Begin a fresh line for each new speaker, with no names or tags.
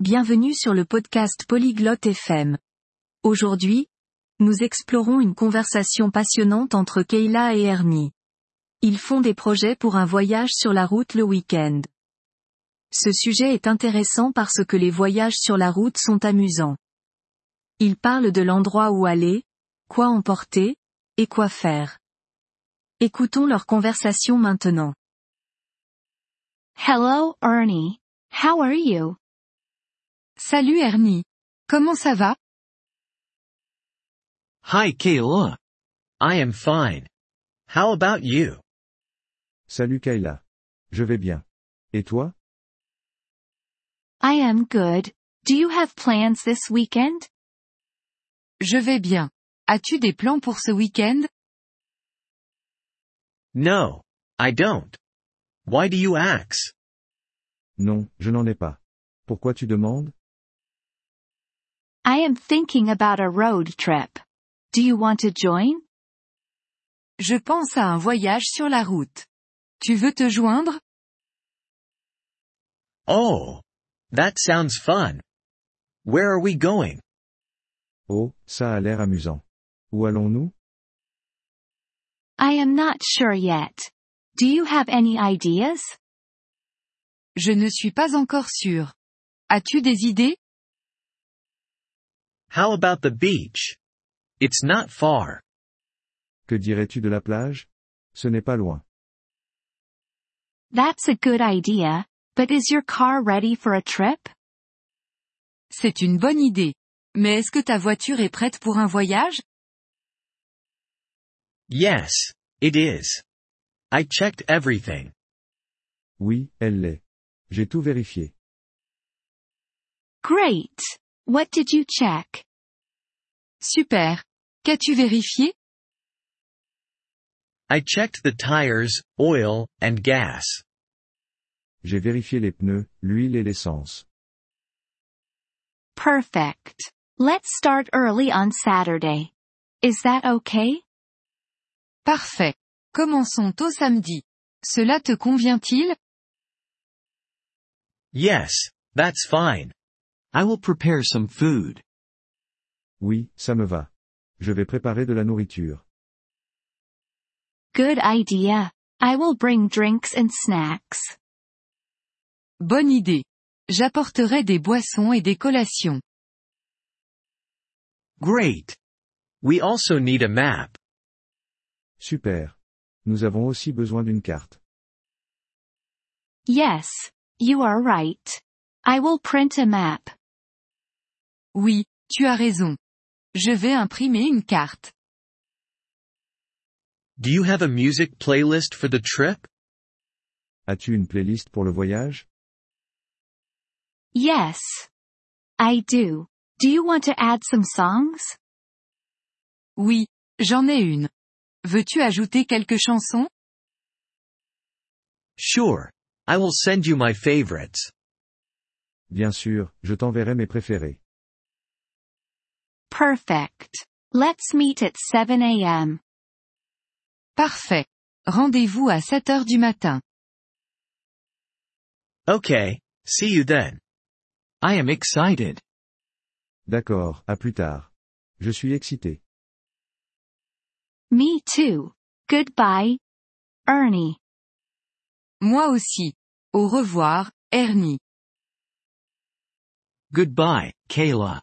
Bienvenue sur le podcast Polyglotte FM. Aujourd'hui, nous explorons une conversation passionnante entre Kayla et Ernie. Ils font des projets pour un voyage sur la route le week-end. Ce sujet est intéressant parce que les voyages sur la route sont amusants. Ils parlent de l'endroit où aller, quoi emporter, et quoi faire. Écoutons leur conversation maintenant.
Hello, Ernie. How are you?
Salut Ernie. Comment ça va
Hi Kayla. I am fine. How about you?
Salut Kayla. Je vais bien. Et toi
I am good. Do you have plans this weekend?
Je vais bien. As-tu des plans pour ce week-end
No. I don't. Why do you ask?
Non, je n'en ai pas. Pourquoi tu demandes
I am thinking about a road trip. Do you want to join?
Je pense à un voyage sur la route. Tu veux te joindre
Oh. That sounds fun. Where are we going?
Oh, ça a l'air amusant. Où allons-nous
I am not sure yet. Do you have any ideas?
Je ne suis pas encore sûr. As-tu des idées
How about the beach? It's not far.
Que dirais-tu de la plage Ce n'est pas loin.
That's a good idea, but is your car ready for a trip?
C'est une bonne idée. Mais est-ce que ta voiture est prête pour un voyage
Yes, it is. I checked everything.
Oui, elle l'est. J'ai tout vérifié.
Great. What did you check?
Super. Qu'as-tu vérifié
I checked the tires, oil, and gas.
J'ai vérifié les pneus, l'huile et l'essence.
Perfect. Let's start early on Saturday. Is that okay?
Parfait. Commençons tôt samedi. Cela te convient-il
Yes, that's fine. I will prepare some food.
Oui, ça me va. Je vais préparer de la nourriture.
Good idea. I will bring drinks and snacks.
Bonne idée. J'apporterai des boissons et des collations.
Great. We also need a map.
Super. Nous avons aussi besoin d'une carte.
Yes, you are right. I will print a map.
Oui, tu as raison. Je vais imprimer une carte.
Do you have a music playlist for the trip?
As-tu une playlist pour le voyage
Yes. I do. Do you want to add some songs?
Oui, j'en ai une. Veux-tu ajouter quelques chansons
Sure. I will send you my favorites.
Bien sûr, je t'enverrai mes préférés.
Perfect. Let's meet at 7 a.m.
Parfait. Rendez-vous à 7 heures du matin.
Okay, see you then. I am excited.
D'accord, à plus tard. Je suis excité.
Me too. Goodbye. Ernie.
Moi aussi. Au revoir, Ernie.
Goodbye, Kayla.